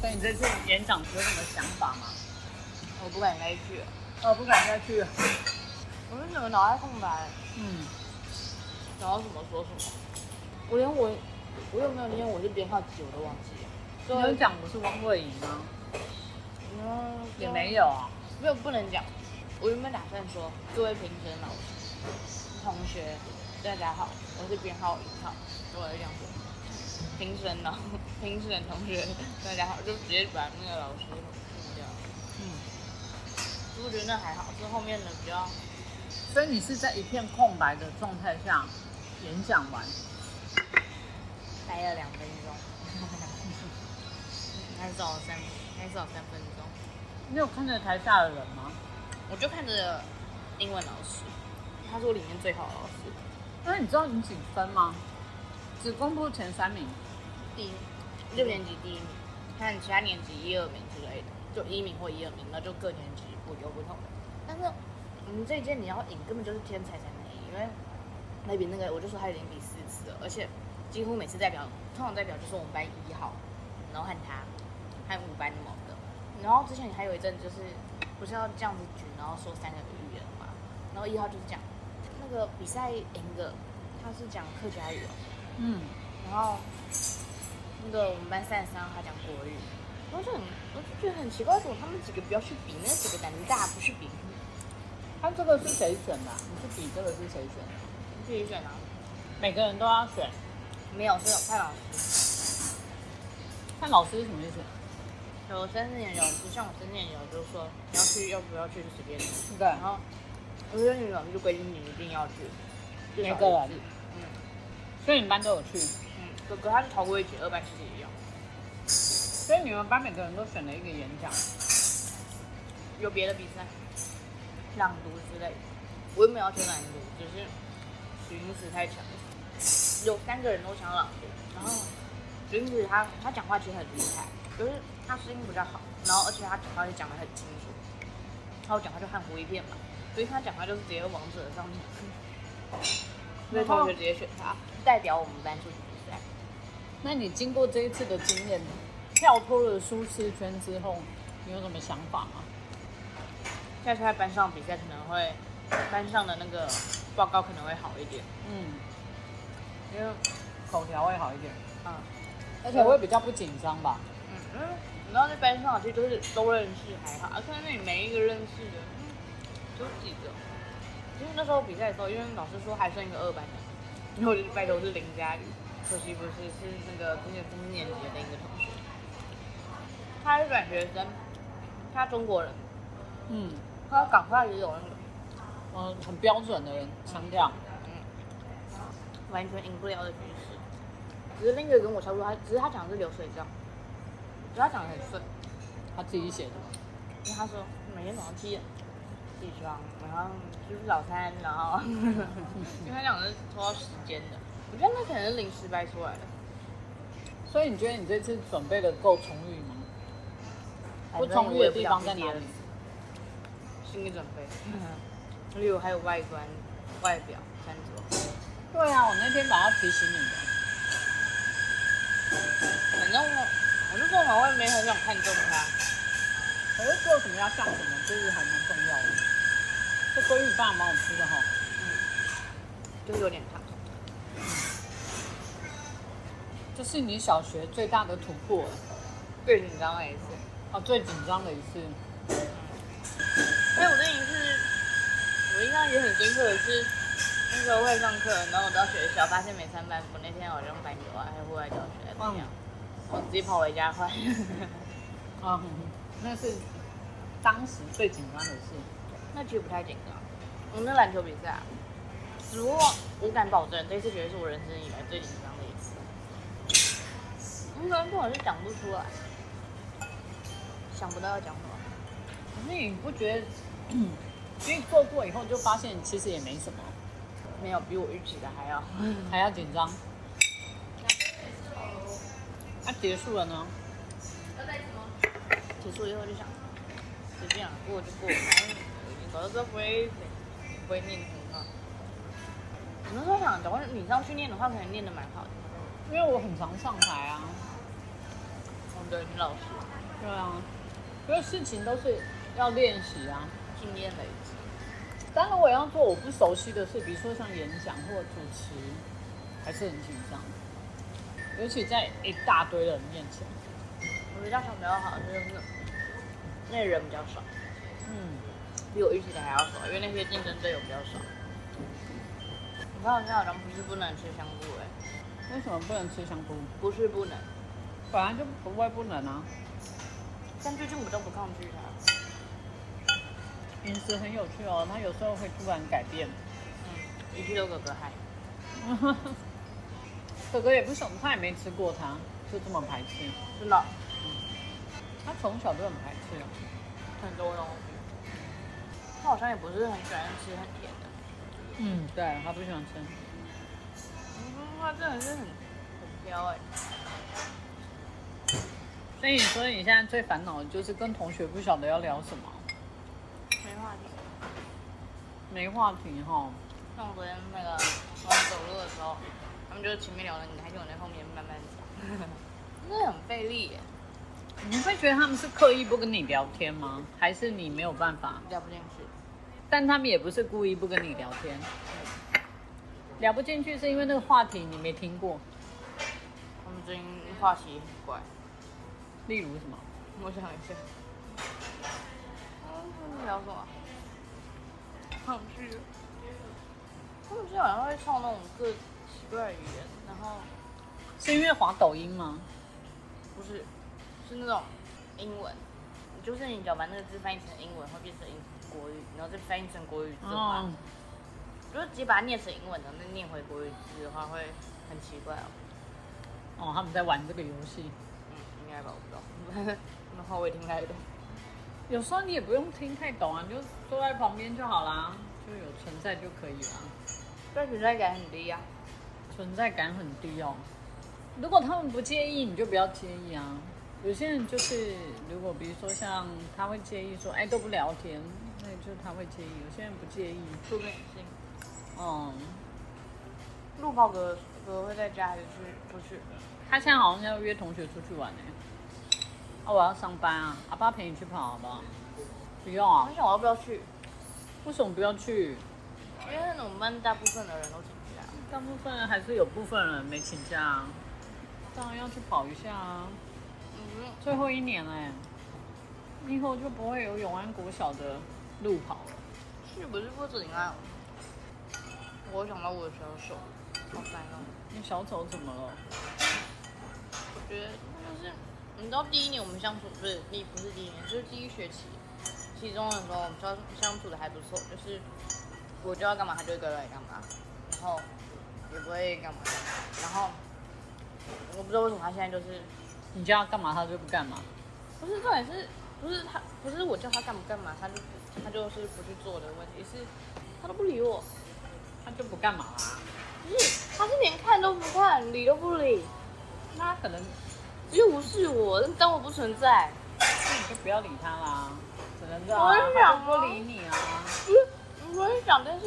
所以你这次演讲有什么想法吗？我不敢再去了，哦，不敢再去。我就整个脑袋空白，嗯，想到什么说什么。我连我我有没有念我这编号几我都忘记了。你有讲我是汪慧怡吗？嗯，也没有啊。没有不能讲。我原本打算说，各位评审老师、同学，大家好，我是编号一号，我有两个评审老评审同学，大家好，就直接把那个老师屏掉。嗯，我觉得那还好，是后面的比较所以你是在一片空白的状态下演讲完。待了两分 钟，还少三，还少三分钟。你有看着台下的人吗？我就看着英文老师，他是我里面最好的老师，那你知道你几分吗？只公布前三名。第一六年级第一名，看其他年级一二名之类的，就一名或一二名，那就各年级不有不同的。但是我们这一届你要赢，根本就是天才才能赢，因为那比那个我就说他已经比四次了，而且几乎每次代表，通常代表就是我们班一号，然后和他，和五班某个。然后之前还有一阵就是不是要这样子举，然后说三个语言嘛，然后一号就是讲那个比赛赢的，他是讲客家语、哦。嗯，然后那个我们班三十三他讲国语，然后就很我就觉得很奇怪，为什么他们几个不要去比，那几个胆子大不去比？他这个是谁选的啊、你是比这个是谁选的？你自己选啊？每个人都要选，没有，是有蔡老师，看老师是什么意思？有生日有，就像我生日有就说你要去要不要去就随便你，对然后我生日有就规定你一定要去，至少每个人一次嗯所以你们班都有去，嗯，哥哥他是逃过一劫，二班其实也有，所以你们班每个人都选了一个演讲。有别的比赛，朗读之类的，我也没有要求朗读，只是许英子太强了，有三个人都想朗读，然后许英子她她讲话其实很厉害，就是她声音比较好，然后而且她讲话就讲得很清楚，她讲话就含糊一片嘛，所以她讲话就是直接往者上面，所以同学直接选她代表我们班出去比赛。那你经过这一次的经验，跳脱了舒适圈之后，你有什么想法吗？下次在班上比赛可能会班上的那个报告可能会好一点，嗯，因为口条会好一点，嗯。而且会比较不紧张吧。嗯，因为你知道在班上其实就是都认识还好，啊，看那里没一个认识的，嗯，就几个。因为那时候比赛的时候，因为老师说还剩一个二班的，然后我就拜托是林佳宇，可惜不是，是那个之前三年级的那个同学，他是转学生，他中国人，嗯，他赶快也有那个，嗯，很标准的腔调。完全赢不了的局势。只是那个跟我差不多，他只是他讲的是流水账，只是他讲的很顺。他自己写的，因为他说每天早上七点起床，然后吃早餐，然后，因为他讲的是拖到时间的，我觉得那可能是临时欸掰出来的。所以你觉得你这次准备的够充裕吗？不不充充裕裕的的地地方方在在哪哪里里？心理准备，例如还有外观、外表、穿着，对啊，我那天把他提醒你的。反正我我就说嘛，我也没很想看中他。可是做什么要像什么，这是还蛮重要的。这鲑鱼饭蛮好吃的哈、就是有点胖。这是你小学最大的突破最紧张的一次，哦，最紧张的一次。因为我那一次，我印象也很深刻的是，那时候会上课，然后我到学校发现没穿班服，那天好像班有啊，还有户外教学还是怎么样，我直接跑回家换。啊、嗯，那是当时最紧张的事。那其实不太紧张，我那篮球比赛、啊，只不过我敢保证，这次绝对是我人生以来最紧张的一次。很多人跟我是讲不出来，想不到要讲什么。可是你不觉得，嗯因为做过以后就发现其实也没什么，没有比我预期的还要。 还要紧张。那、结束了呢？结束以后就想，随便啊，过就过，反正我已经搞到这不会不会念得很好。我那时候想，假如你上去念的话，可能念得蛮好的。因为我很常上台啊，我我们的女哦老师，对啊，因为事情都是要练习啊。经验累积。当然，我也要做我不熟悉的事，比如说像演讲或主持，还是很紧张，尤其在一大堆人面前。我觉得大雄比较好，就是那那人比较少，嗯，比我预期的还要少，因为那些竞争队友比较少。我看我现在好像不是不能吃香菇哎、为什么不能吃香菇？不是不能，本来就不会不能啊，但最近我都不抗拒它。饮食很有趣哦，它有时候会突然改变。 嗯，一去六哥哥嗨，哥哥也不想，他也没吃过它，就这么排斥。真的他从小就很排斥、啊。很多东西。他好像也不是很喜欢吃很甜的，嗯，对，他不喜欢吃。嗯，他真的是很很挑哎、所以你说你现在最烦恼的就是跟同学不晓得要聊什么，没话题。没话题哦哈、像我昨天那个我走路的时候，他们就前面聊了，你还是我在后面慢慢走， 真的很费力耶，你会觉得他们是刻意不跟你聊天吗？还是你没有办法？聊不进去。但他们也不是故意不跟你聊天，聊不进去是因为那个话题你没听过，他们最近话题很怪，例如什么？我想一下，嗯，他们聊什么？抗拒。他们最近好像会唱那种各奇怪的语言，然后是因为滑抖音吗？不是，是那种英文，就是你只要把那个字翻译成英文，会变成英国语，然后再翻译成国语字的话。哦，如果直接把它念成英文的，那念回国语字的话会很奇怪哦。哦，他们在玩这个游戏，嗯，应该吧，我不知道。 然后我也听不太懂。有时候你也不用听太懂啊，你就坐在旁边就好啦，就有存在就可以了。但存在感很低啊。存在感很低哦。如果他们不介意，你就不要介意啊。有些人就是，如果比如说像他会介意说，哎都不聊天，那就他会介意。有些人不介意，说不定是。哦、陆炮哥哥会在家还是去出去？他现在好像要约同学出去玩呢、啊，我要上班啊，阿爸陪你去跑好不好？不用我啊在，想我要不要去，为什么不要去？因为我们班大部分的人都请假。大部分人还是有部分人没请假啊，当然要去跑一下啊。嗯，最后一年哎、以后就不会有永安国小的路跑了。去不是不怎样。我想到我的小手，好烦哦。你小丑怎么了？我觉得就是，你知道第一年我们相处不是第不是第一年，就是第一学期期中的时候，我们相相处的还不错，就是我就要干嘛，他就会跟来干嘛，然后也不会干嘛，然后我不知道为什么他现在就是，你叫他干嘛他就不干嘛。不是重点是，不是他不是我叫他干不干嘛，他就不他就是不去做的问题是，他都不理我，他就不干嘛啦、不是他是连看都不看，理都不理，那他可能只有无视我，当我不存在。那你就不要理他啦，只能这样、啊。我也想啊他就不理你啊。嗯，我也想，但是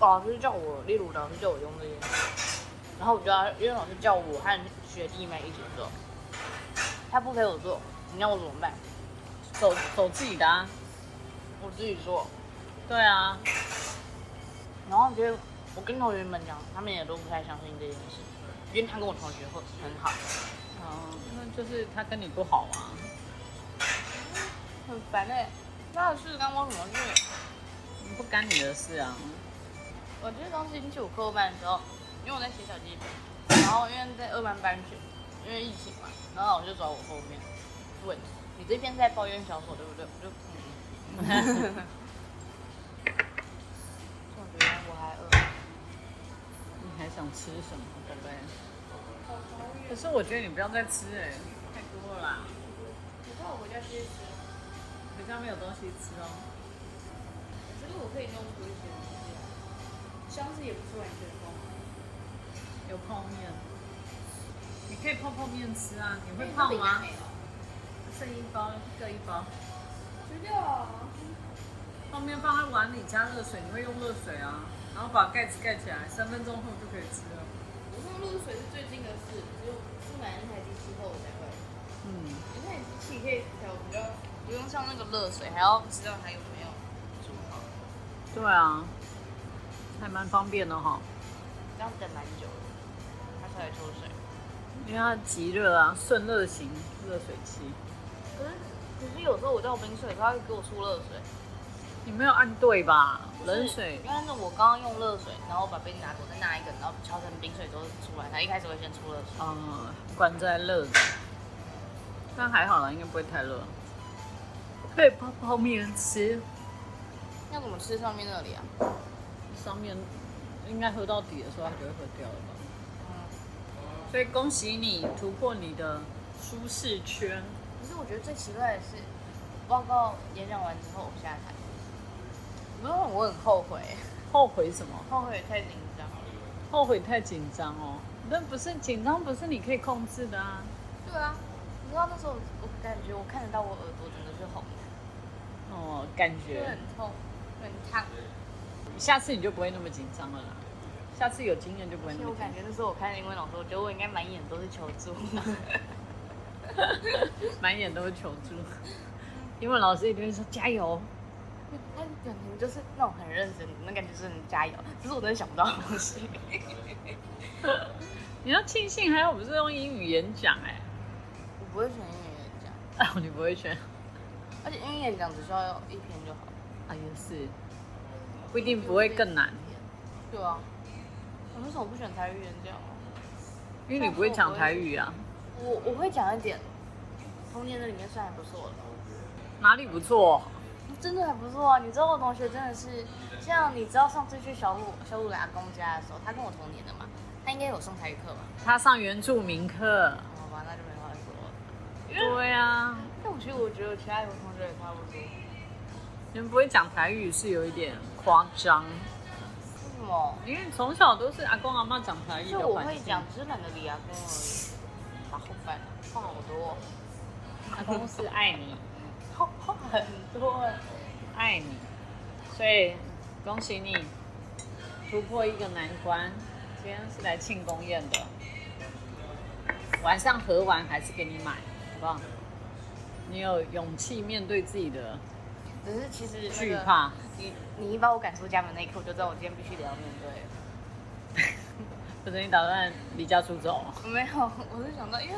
老师哦叫我，例如老师叫我用这件事，然后我就要，因为老师叫我和学弟妹一起做，他不陪我做，你让我怎么办？走走自己的啊。我自己做，对啊，然后觉得我跟同学们讲，他们也都不太相信这件事，因为他跟我同学会很好，哦、那就是他跟你不好啊。很烦哎、那是刚我什么事？不干你的事啊。我就是刚星期五课后班的时候，因为我在写小记本，然后因为在二班班群，因为疫情嘛，然后老师就找我后面问你这篇是在抱怨小丑对不对？我就嗯， 我觉得我还饿，你还想吃什么，宝贝？可是我觉得你不要再吃哎、太多了啦，你看我回家歇歇，回家没有东西吃哦。可是我可以弄出一些东西来，箱子也不是完全空，有泡面，你可以泡泡面吃啊。你会胖吗？剩一包，各一包。吃掉啊！泡面放在碗里加热水，你会用热水啊，然后把盖子盖起来，三分钟后就可以吃了。我我上入水是最近的事，只有是买那台机器后我才会。嗯，你那台机器可以调比较，不用像那个热水，还要知道它有没有煮好，对啊，还蛮方便的哈，要等蛮久的，它才会出水。因为它极热啊，顺热型热水器。可是可是有时候我叫冰水，它会给我出热水。你没有按对吧？不是冷水因为是我刚刚用热水，然后把杯子拿走，再拿一个，然后敲成冰水之后出来。它一开始会先出热水，嗯，关在热的，但还好啦，应该不会太热。可以泡泡面吃，那怎么吃上面那里啊？上面应该喝到底的时候，它就会喝掉了吧？嗯，所以恭喜你突破你的舒适圈。可是我觉得最奇怪的是，报告演讲完之后我下台，没有，我很后悔，后悔什么？后悔太紧张了。后悔太紧张哦。但不是紧张，不是你可以控制的啊。对啊，你知道那时候我我感觉我看得到我耳朵整个是红的，哦，感就觉很痛，很烫。下次你就不会那么紧张了啦。下次有经验就不会而那且么我紧张感。觉那时候我看英文老师，我觉得我应该满眼都是求 助。满眼都是求助。英文老师一定会说加油，他的表情就是那种很认真，那感觉就是很加油。只是我真的想不到东西。你要庆幸还好不是用英语演讲哎、我不会选英语演讲，啊，你不会选而且英语演讲只需要一篇就好了。啊也是，不一定不会更难，对啊，我为什么不选台语演讲啊？因为你不会讲台语啊，我我会讲一点，童年的里面算还不错了，哪里不错？真的还不错啊。你知道我同学真的是，像你知道上次去小鲁小鲁的阿公家的时候，他跟我同年的嘛，他应该有上台语课吧？他上原住民课，好吧，那就没话说了。对啊，但我其实我觉得其他有同学也差不多。你们不会讲台语是有一点夸张，为什么？因为从小都是阿公阿妈讲台语是的我环会境。讲，只是懒得理阿公而已。啊，好烦啊，话好多、哦，阿公是爱 你，话话很多哎、爱你，所以恭喜你突破一个难关。今天是来庆功宴的，晚上喝完还是给你买，好不好？你有勇气面对自己的只是其实、那个、惧怕，你你一把我赶出家门那一刻，我就知道我今天必须得要面对。或者你打算离家出走。我没有，我是想到，因为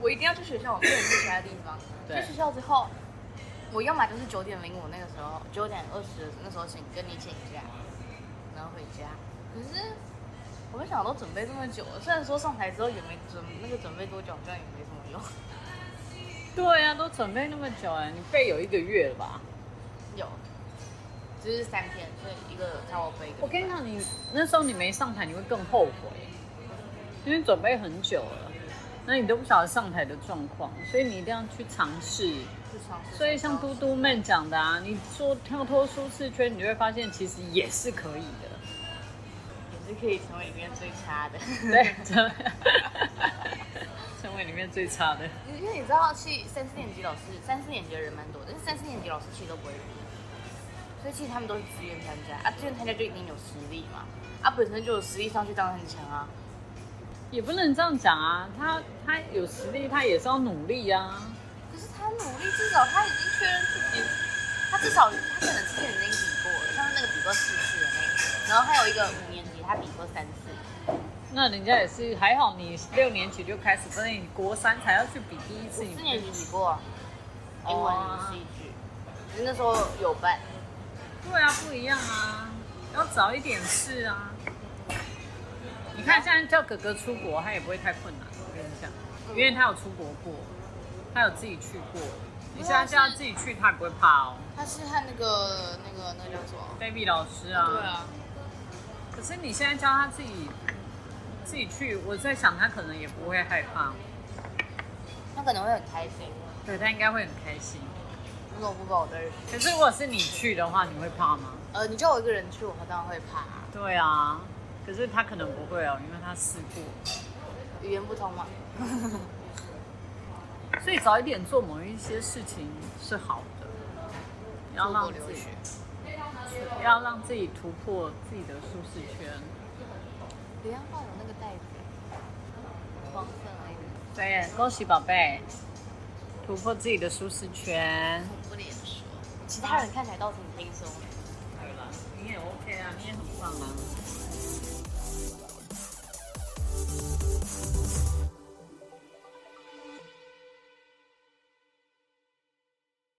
我一定要去学校，我不能去其他地方。 对去学校之后，我要么就是九点零五那个时候，九点二十那时候请跟你请假，然后回家。可是我没想到都准备这么久了，虽然说上台之后也没准那个准备多久，好像也没什么用。 对啊呀、都准备那么久了，你备有一个月了吧？有，只是三天，所以一个差我背一个。我跟你，讲，你那时候你没上台，你会更后悔，因为准备很久了，那你都不晓得上台的状况，所以你一定要去尝试。去尝试。所以像嘟嘟妹讲的啊，你说跳脱舒适圈，你就会发现其实也是可以的。也是可以成为里面最差的。对， 成成为里面最差的。因为你知道，其实三四年级老师，三四年级的人蛮多的，但是三四年级老师其实都不会录，所以其实他们都是自愿参加啊，自愿参加就一定有实力嘛，啊本身就有实力上去当然很强啊，也不能这样讲啊，他他有实力，他也是要努力啊。可是他努力，至少他已经确认自己，他至少他可能之前已经比过了，像是那个比过四次的那个，然后还有一个五年级他比过三次，那人家也是还好，你六年级就开始，不然你国三才要去比第一次，我你四年级比过啊，英文戏剧，只是那时候有办，对啊，不一样啊，要早一点试啊。你看，现在叫哥哥出国，他也不会太困难。我跟你讲，嗯因为他有出国过，他有自己去过。啊你现在叫他自己去，他也不会怕哦。他是和那个那个那个叫什么？ baby 老师啊，对。啊。可是你现在叫他自己自己去，我在想他可能也不会害怕，他可能会很开心。对他应该会很开心。如果不把我的人，可是如果是你去的话，你会怕吗？呃，你叫我一个人去，我当然会怕、啊。对啊，可是他可能不会哦，因为他试过。语言不通嘛，所以早一点做某一些事情是好的，要出国让留自己学。要让自己突破自己的舒适圈。不要放我那个袋子。虽然恭喜宝贝，突破自己的舒适圈。我不脸说，其他人看起来倒是很轻松，对了，你也 OK 啊，你也很棒啊。